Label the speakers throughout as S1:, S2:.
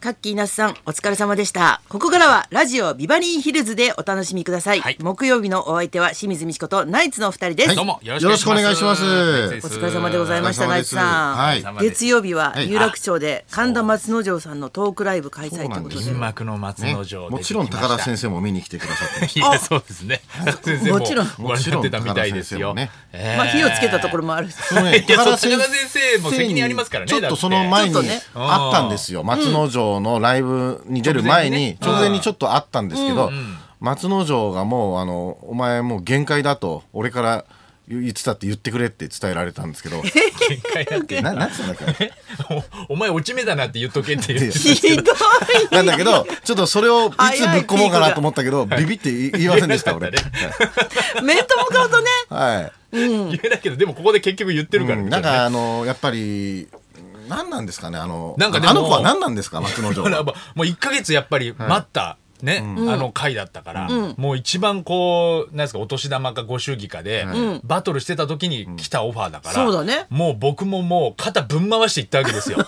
S1: カッキーなすさんお疲れ様でしたここからはラジオビバリーヒルズでお楽しみください、
S2: はい
S1: 木曜日のお相手は清水美智子とナイツのお二人です、
S2: どうもよろしくお願いします。
S3: よろし
S1: お疲れ様でございました
S3: お疲
S1: ナイ
S3: れ様で
S1: ツ
S3: す
S1: さん、
S3: はい
S1: 月曜日は
S3: はい
S1: 有楽町で神田松之丞さんのトークライブ開催ということで
S3: そう
S2: 銀幕の松之丞、
S3: もちろん高田先生も見に来てくださってます
S2: 生。いやそうですね。先生も
S1: もちろん
S2: ご覧になってたみたいですよ。
S3: もちろん高田先
S2: ええ
S1: まあ火をつけたところもあるんです
S3: そのね
S2: いや
S3: 高田
S2: そう高田先生も責任ありますからね
S3: ちょっとその前に
S1: だってちょっ
S2: とね
S3: あったんですよ松之丞のライブに出る前に
S2: 直前
S3: 直
S2: にね
S3: 前にちょっとあったんですけど松之丞がもうあの「お前もう限界だ」と俺から言ってたって言ってくれって伝えられたんですけど
S2: 限界だって
S3: ななんつうんだっけな
S2: おお前落ち目だなって言っとけっていう。
S1: ひどい
S3: なんだけどちょっとそれをいつぶっ込もうかなと思ったけどビビって言いませんでした俺。
S1: 面と向かうとね
S3: はい
S2: 言えないけどでもここで結局言ってるから
S3: うん
S2: みた
S3: な
S2: な
S3: いん
S2: ね。
S3: かあのやっぱり何なんですかねあの
S2: なんかでも
S3: あの子は何なんですか松之 丞
S2: だから
S3: は
S2: もう1か月やっぱり待った、ねあの回だったから、もう一番こうなんですかお年玉かご祝儀かで、バトルしてた時に来たオファーだから、
S1: そうだね
S2: もう僕ももう肩ぶん回していったわけですよ、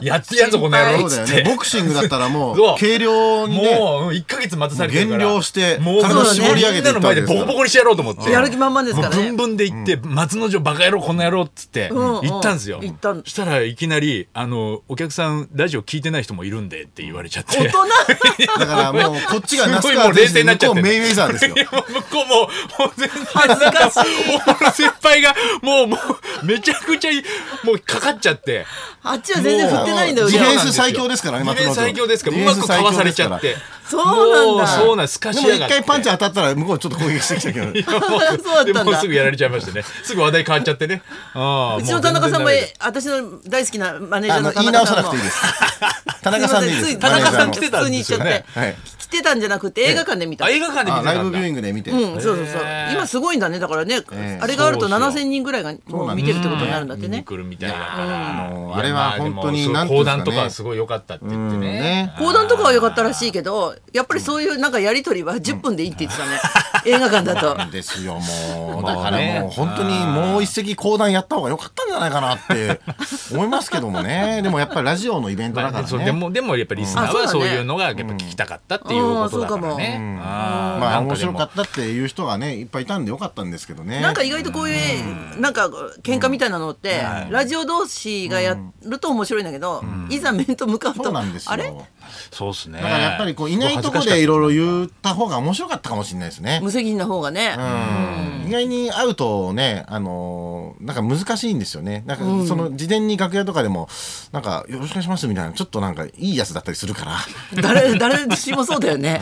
S2: やってやんぞこの野
S3: そ
S2: 郎
S3: う
S2: っ
S3: だ
S2: つ
S3: よ
S2: っ
S3: ね
S2: て。
S3: ボクシングだったら も
S2: そう
S3: う軽量にね
S2: もう1か月待たされてるから
S3: 減量して
S2: もう
S3: 体
S1: 絞り
S3: 上げていっ
S2: みんなの
S3: た
S2: 前
S3: わ
S2: で
S3: けで
S2: ボ
S3: すから
S2: コボコにしてやろうと思って
S1: やる気満々ですからね
S2: もうブンブンで行って、松之丞バカ野郎この野郎っつって
S1: ん
S2: 行ったんですよ、
S1: 行ったん
S2: したらいきなりあの「お客さんラジオ聞いてない人もいるんで」って言われちゃって
S1: 大人
S3: だからもうこっ ちが
S2: す
S3: ナ
S2: ご
S3: ス
S2: い
S3: カ
S2: もう
S3: ー
S2: 冷
S3: で
S2: 静になっちゃ
S3: 向
S2: っ
S3: こ
S2: て
S3: う
S2: る
S3: メイウェザ ーですよ
S2: いやもう向こうももう全然恥ずかしい先輩がもうもうめちゃくちゃもうかかっちゃって
S1: あっちは全然振ってないんだよ
S3: デ
S1: 腕
S3: ィ
S1: は
S3: フェンス最強ですからね
S2: ディ
S3: 松
S2: フェ
S3: 之
S2: ンス
S3: 丞
S2: 最強ですから
S3: デ
S2: う
S3: ィフェ
S2: ま
S3: ンス
S2: く
S3: 最
S2: か
S3: 強
S2: わされちゃっ
S3: で
S2: て
S3: すか
S1: そうなんだ
S2: もうそうなんすかし
S3: ら
S2: や
S3: で
S2: が
S3: も
S2: って
S3: 一回パンチ当たったら向こうちょっと攻撃してきたけ ど
S1: そうだ
S2: で
S1: ったん
S2: もう
S1: だ
S2: すぐやられちゃいましたねすぐ話題変わっちゃってねああ
S1: うちの田中さんも
S2: う全然
S1: 私の大好きなマネージャ
S3: あ
S1: ーの
S3: の
S1: 田
S3: 言い
S1: 中
S3: 直
S1: さ
S3: さ
S1: んも
S3: なくていい です田中さんでいいで
S1: つ
S3: す
S1: 田中さん来
S2: 来て
S1: て
S2: た
S1: た
S2: ん
S1: ん
S2: で
S1: ですす
S2: よ
S1: よ
S2: ね
S1: ね
S3: はい
S1: 来てたんじゃなくて映画館で見た
S2: あ映画館で見
S3: あ
S2: て
S3: ラ
S2: た
S3: イブ
S2: ん
S3: ビュー
S2: だ
S3: イングで見て
S1: うん、そうそうそう
S2: へー
S1: 今すごいんだねだからね、
S3: え
S1: あれがあると
S2: そうです
S1: 7000
S2: よ
S1: 人ぐらいがもう見てるってことになるんだって
S2: 見
S1: ね
S2: に来るみたいだから
S3: あの
S2: いや
S3: あれは
S2: までも
S3: 本当に
S2: そう
S3: なんてい
S2: 講
S3: うんですかね
S2: 談とかはすごい良かったって言って
S3: うん
S2: ね
S3: ね
S1: 講談とかは良かったらしいけどやっぱりそういうなんかやり取りは10分でいいって言ってたね、映画館だと
S3: なんですよもう
S2: まあ
S3: だ
S2: ね
S3: からもう本当にもう一席講談やった方が良かったんじゃないかなって思いますけどもねでもやっぱりラジオのイベントだ
S2: ま
S3: か
S2: あ
S3: ら
S2: そう
S3: ね
S2: でもでもやっぱりリスナー
S1: うん
S2: は
S1: あ
S2: そ
S1: そううだね
S2: いうのがやっぱ聞きたかったっていうことだからね。
S3: うん
S2: あー
S3: まあ
S2: なんか
S3: 面
S2: で
S3: 白
S2: も
S3: かったっていう人がねいっぱいいたんでよかったんですけどね
S1: なんか意外とこういうなんか喧嘩みたいなのって、ラジオ同士がやると面白いんだけど、いざ面と向かう
S3: そ
S1: と
S3: うなんですよ
S1: あれ
S2: そうですね。
S3: だからやっぱりこういないとこでいろいろ言った方が面白かったかもしれないですね
S1: 無責任な方がね、
S3: うん意外に会うとね、あのーなんか難しいんですよね。なんかその事前に楽屋とかでも、なんかよろしくお願いしますみたいな、ちょっとなんかいいやつだったりするから、
S1: 誰誰しもそうだよね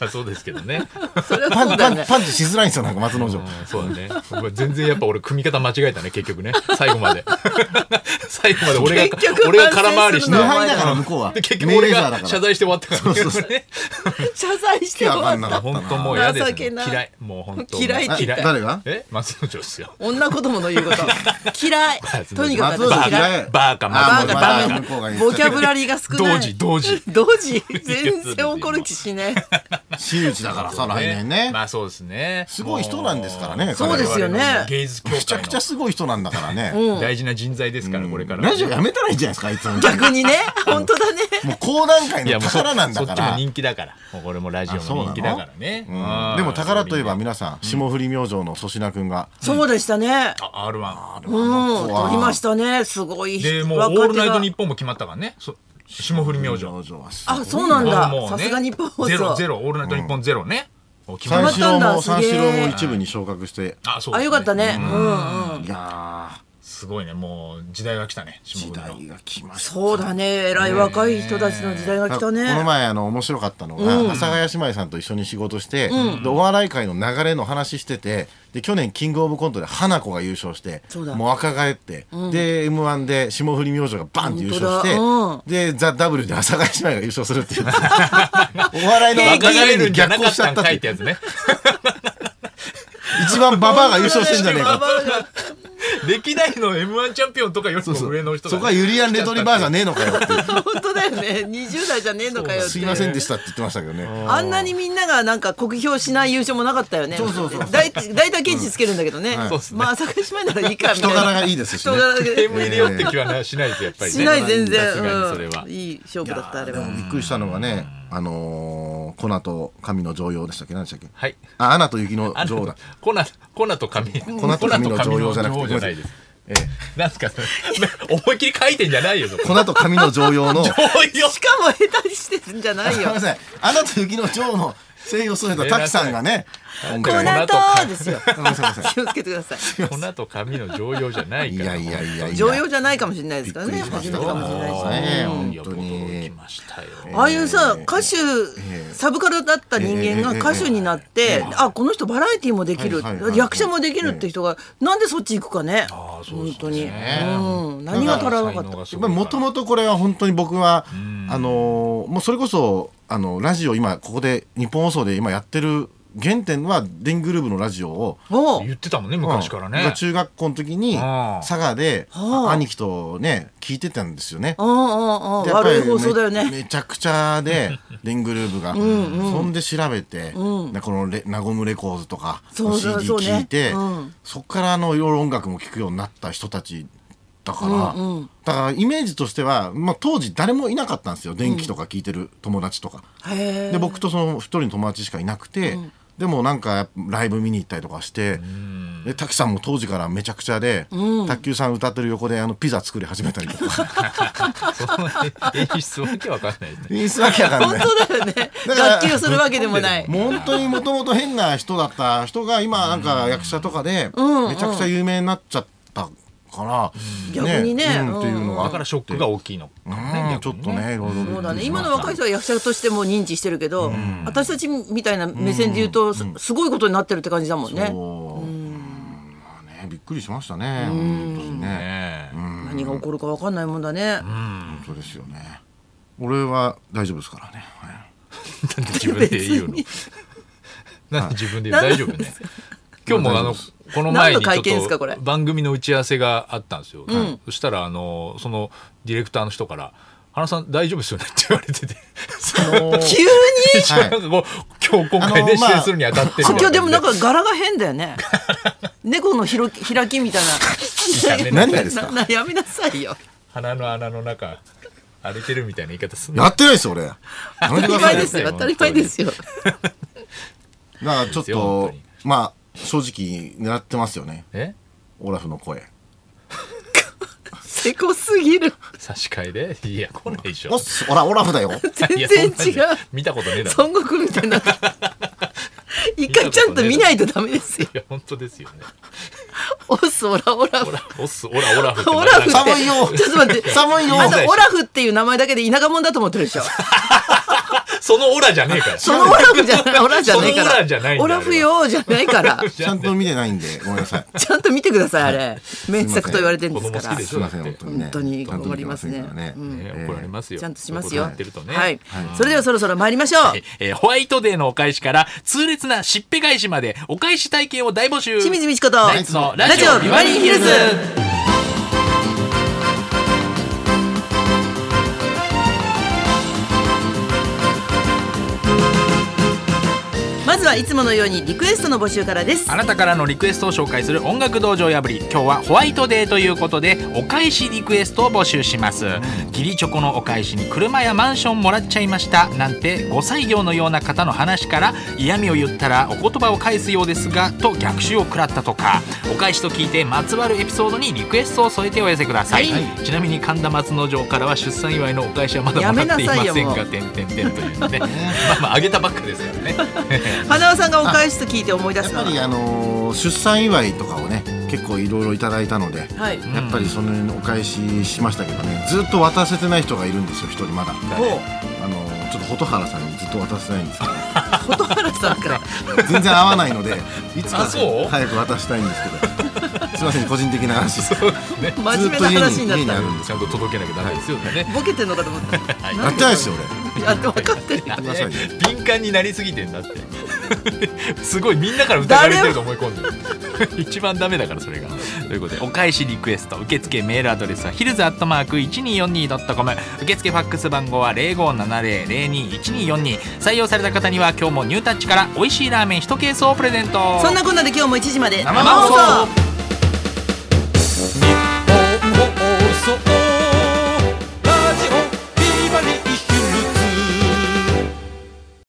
S2: まあそうですけどね。
S1: それはそ
S3: パ
S1: う
S3: ン
S1: だ
S3: パ
S1: よ
S3: ン
S1: ね
S3: パンチしづらいんですよ、なんか松之丞。
S2: そうだね。僕全然やっぱ俺組み方間違えたね結局ね。最後まで。 最後まで俺が
S1: 結局
S2: 俺が空回り
S1: 反省する
S2: して
S3: 無
S1: のは
S3: 敗だから向こうは。
S2: で結局俺
S3: メイウェザーだ
S2: が
S3: から
S2: 謝罪して終わったからね。ね
S1: 謝罪してもらっ
S3: わけわかんな
S1: た
S3: かっ
S2: 本当もう嫌です、
S1: 情けない
S2: 嫌いもう本当
S1: 嫌いって言った
S3: あ誰が
S2: え松之丞ですよ。
S1: 女子供の言うこと 嫌いとにかく
S3: 松
S1: 私
S3: 之丞
S1: 嫌い
S3: 嫌い。
S2: バーカ
S1: バ
S3: あ
S2: 松
S1: ー
S2: 之
S1: が
S2: 丞
S3: もう
S2: バ
S1: ダ
S2: ーカ
S3: バー。カ
S1: メボキャブラリーが少ない
S2: 同時同時。
S1: 同 時全然怒る気しない
S3: 真打ちだからさ、来年ね。
S2: まあそうですね。
S3: すごい人なんですからね
S2: も
S3: そう
S1: ですよね
S2: 我々の芸術協
S3: めちゃ
S2: 会
S3: くちゃすごい人なんだからね。
S2: の大事な人材ですから、これから。
S3: ラジオやめたらいいんじゃないですか、あ いつも。
S1: 逆にね本当だね
S3: もう講談界
S2: いや
S3: の
S2: もうそ
S3: 宝なんだ
S2: そ
S3: か
S2: っちも
S3: ら。
S2: 人気だから。もうこれもラジオも人気だからね。
S3: う
S2: うんん
S3: でも宝といえば皆さん、霜降り明星の粗品くんが、
S1: そうでしたね
S2: あ R1。
S1: うん
S3: 子は
S1: 取りましたねすごい
S2: で、もうオ
S1: 若手
S2: ー
S1: が
S2: ルナイト日本も決まったからね。そ霜降り明星。
S3: 明星はすごい
S1: あそうなんだ
S2: もうね
S1: さすが日本放
S2: ゼロ、ゼ
S1: 送
S2: ロ、オールナイト日本ゼロね。お決ま
S3: 三
S2: っ
S3: 四郎も
S1: 決まったんだ
S3: 三
S1: すげ
S3: 四
S1: え
S3: 郎も一部に昇格して
S2: た。あ、そうです
S1: あよかった。ねうんうん
S3: いや
S2: すごいね。もう時代が来たね。
S3: ー時
S2: 霜降りの
S3: 代が来ました
S1: そうだね偉い若い人たちの時代が来たね
S3: この前あの面白かったのが、阿佐ヶ谷姉妹さんと一緒に仕事して、でお笑い界の流れの話しててで去年キングオブコントで花子が優勝して
S1: そうだ
S3: もう若返って、で m 1で霜降り明星がバンって優勝して、
S1: 本
S3: で「ザ・ w で阿佐ヶ谷姉妹が優勝するっていう お笑いの
S2: 若返るんじゃな
S3: 逆
S2: か
S3: 行
S2: っ
S3: しちゃ
S2: た
S3: っ
S2: ん
S3: たっ
S2: かい
S3: て
S2: ってやつね。
S3: 一番ババアが優勝してんじゃねえか
S1: ババアが
S2: 歴代の M1 チャンピオンとかよりも上の人
S3: そこはユリアン・レトリバーじゃねえのかよっていう
S1: 本当だよね20代じゃねえのかよって
S3: す
S1: い
S3: いうませんでしたって言ってましたけどね
S1: あんなにみんながなんか酷評しない優勝もなかったよね
S3: そうそうそう
S1: 大体大体検知つけるんだけどね、
S2: そうっすね
S1: まあ朝霞姉妹ならいいかみた
S3: 人
S1: いな
S3: 柄がいいですし
S1: 人
S3: ね
S1: 柄だけで
S2: M 入れようって気はなしないですやっぱりね
S1: しない全然
S2: さすがにそれは
S1: うん、いい勝負だったあれ
S3: で
S1: は
S3: もびっくりしたのがねあのーコナと神の常用でしたっけ何でしたっけ
S2: はい
S3: あアナと雪の
S2: あ
S3: 女王
S2: の
S3: だ
S2: 粉粉と紙
S3: 粉と紙の
S2: 女
S3: 女
S2: 王
S3: 王
S2: じゃ
S3: じゃなくて
S2: ないです
S3: え
S2: なんすかそれ思いっきり書いてんじゃないよそこ
S3: 粉と紙の常用のす
S2: おいよ
S1: しかも下手にしてるんじゃない
S3: み
S1: よ
S3: ませんアナと雪の女王の声優を務めた滝さんがね今
S1: 粉
S2: ごめんなさい
S1: とですよ
S3: ごめんなさいごめんなさ い
S1: 気をつけてください
S2: 粉と紙の常用じゃない
S3: い
S2: から
S3: やいやいやいや
S1: 常用じゃないかもしれないですからね
S3: びっくり
S1: 初
S3: し
S1: め
S3: ま
S1: て
S3: した
S1: かもしれないしね
S3: ね
S2: うん
S3: 本当に
S2: いや驚きましたよ
S1: ああいうさ歌手、サブカルだった人間が
S3: ええ
S1: 歌手になって、あこの人バラエティーもできる、
S3: はいはいはい
S1: 役者もできるって人が、なんでそっち行くかね
S2: ああそう
S1: 本
S2: ですね
S1: 当に、うん、
S3: ね
S1: 何が足らなかった
S2: っ
S3: もともとこれは本当に僕はあのーもうそれこそあのラジオ今ここで日本放送で今やってる原点はデングルーブのラジオを
S1: おう
S2: 言ってたもんね昔から
S3: うん
S2: ね
S3: 僕が中学校の時に
S2: ああ
S3: 佐賀で
S1: ああ
S3: 兄貴とね聞いてたんですよね。
S1: ああああ
S3: でやっぱり
S1: 悪い放送だよね
S3: めめちゃくちゃ でデングルーブがそんで調べて、でこのレナゴムレコーズとか
S1: そ
S3: の
S1: うそう
S3: CD
S1: そうね
S3: 聞いてそ,、
S1: うん
S3: っからあのいろいろ音楽も聴くようになった人たちだから、だからイメージとしては、まあ、当時誰もいなかったんですよ電気とか聞いてる友達とか。
S1: へ
S3: で
S1: え
S3: 僕とその一人の友達しかいなくて、でもなんかライブ見に行ったりとかして、で滝さんも当時からめちゃくちゃで、卓球さん歌ってる横であのピザ作り始めたりとか
S2: その 演出わけわかんないですね
S3: いすわけわかんない
S1: 本当 だよね
S3: から
S1: 楽器をするわけでもない
S3: もう本当にもともと変な人だった人が今なんか役者とかでめちゃくちゃ有名になっちゃったから、
S1: 逆にね
S3: うんっていうのが
S2: だ
S3: あって
S2: からショックが大きいのかもね
S3: うんち
S2: 逆
S3: ょっ
S2: に
S3: とねいろいろ
S1: そうだね今の若い人は役者としても認知してるけど、私たちみたいな目線で言うと、すすごいことになってるって感じだもんね
S3: そううんまあねびっくりしましたね本当にね
S2: ねえ
S1: 何が起こるかわかんないもんだね、
S3: 本当ですよね俺は大丈夫ですからね、はい
S2: なんで自分で言 うのなんで自分で言うの大丈夫ね今日もあのこの前に
S1: 何
S2: ち
S1: の会見
S2: ょ
S1: で
S2: っ
S1: すかこれ
S2: と番組の打ち合わせがあったんですよ、そしたらあのそのディレクターの人から「花さん大丈夫ですよね」って言われてて その
S1: 急に
S2: 一応なんかこう今日今回
S3: あの
S2: ね
S3: ーまあ
S2: 支援するにあたってみたい
S1: 今
S2: な
S1: 日でもなんか柄が変だよ ね猫のひろき開きみたい
S2: やめ
S1: な
S2: な
S3: 何がですか
S1: ななやめなさいよ
S2: 鼻の穴の中荒れてるみたいな言い方すん
S3: や
S2: な
S3: ってないですよ俺や
S1: 当
S3: め
S1: た
S3: てく
S1: り
S3: ださ
S1: 前
S3: いよ
S1: ですよ当たり前ですよ
S3: だからちょ
S2: 本当
S3: っと
S2: に
S3: まあ正直狙ってますよね
S2: え
S3: オラフの声
S1: せこすぎる
S2: 差し替えでいや来ないでし
S3: お
S2: ょ
S3: っすオラオラフだよ
S2: いや
S1: 全然違
S2: そんなん
S1: う
S2: 見たことねえだろ
S1: 孫悟空みたいになってる一回ちゃんと見ないとダメですよ
S2: いや本当ですよね
S1: オスオラオラ
S2: オ
S1: フ
S2: ラオスオ ラオラフって
S1: オラフって
S3: 寒いよ
S1: ちょっと待って
S3: 寒いよ
S1: あとオラフっていう名前だけで田舎者だと思ってるでしょ
S2: そのオラじゃねえから
S1: そのオラフじゃ ないオラじゃないか
S2: そのオラじゃな
S1: ら
S2: いんだ
S1: オラフよじゃないから
S2: じ
S3: ち
S2: ゃ
S3: ゃ
S2: あ
S3: んと見てないんでごめんなさ い
S1: ちゃんと見てくださいあれメンツ作と言われてるんですか
S2: 子供
S1: ら
S2: 好きです
S3: いません本当にね
S1: 本当に
S3: ちゃんと見てませんからね
S1: 困
S2: ね怒られますよ
S1: ちゃんとしますよ。
S2: そういうことやってるとね
S1: はい。それではそろそろ参りましょう。
S2: えーホワイトデーのお返しから痛烈なしっぺ返しまでお返し体験を大募集
S1: 清水美智子と
S2: ナイツのラ
S1: ラ
S2: ジ
S1: ジ
S2: オ
S1: オ
S2: ビ
S1: ビ
S2: バ
S1: バ
S2: リ
S1: リ
S2: ー
S1: ー
S2: ヒ
S1: ヒ
S2: ル
S1: ル
S2: ズ
S1: ズ。まずはいつものようにリクエストの募集からです。
S2: あなたからのリクエストを紹介する音楽道場破り今日はホワイトデーということでお返しリクエストを募集します義理チョコのお返しに車やマンションもらっちゃいましたなんてご採用のような方の話から嫌味を言ったらお言葉を返すようですがと逆襲を食らったとかお返しと聞いてまつわるエピソードにリクエストを添えてお寄せください、
S1: はい
S2: ちなみに神田松之丞からは出産祝いのお返しはまだ
S1: や
S2: もら
S1: め
S2: っ
S1: な
S2: ていま
S1: さいよ
S2: せん
S1: も
S2: が
S1: う
S2: てんてんてんというねまあまああげたばっかですからね
S1: 花輪さんがお返しと聞いて思い出
S3: やっ
S1: すの
S3: ぱ
S1: は。
S3: りあのー出産祝いとかをね結構いろいろいただいたので
S1: はい。
S3: やっぱりその辺お返ししましたけどねずっと渡せてない人がいるんですよ一人まだ
S1: も
S3: あのーちょっと蛍原さんにずっと渡せないんですけど
S1: う蛍原さんから。
S3: 全然合わないの でいつか
S2: あそう
S3: 早く渡したいんですけどすいません個人的な話ずっ
S1: 真面目な
S3: と家
S1: 話に
S3: に
S1: な
S3: 家
S1: っ
S3: にある
S1: た。
S3: んです
S2: ちゃんと届けなきゃダメですよね、
S1: ボケてんのか と思った。
S3: やってないですよ
S1: いや分かってるよ。
S3: 俺やってくださいよ
S2: 敏感になりすぎてんだってすごいみんなから疑われてると思い込んでる一番ダメだからそれがということでお返しリクエスト受付メールアドレスはヒルズアットマーク 1242.com 受付ファックス番号は0570021242採用された方には今日もニュータッチから美味しいラーメン1ケースをプレゼント
S1: そんなこんなで今日も1時まで
S2: 生放送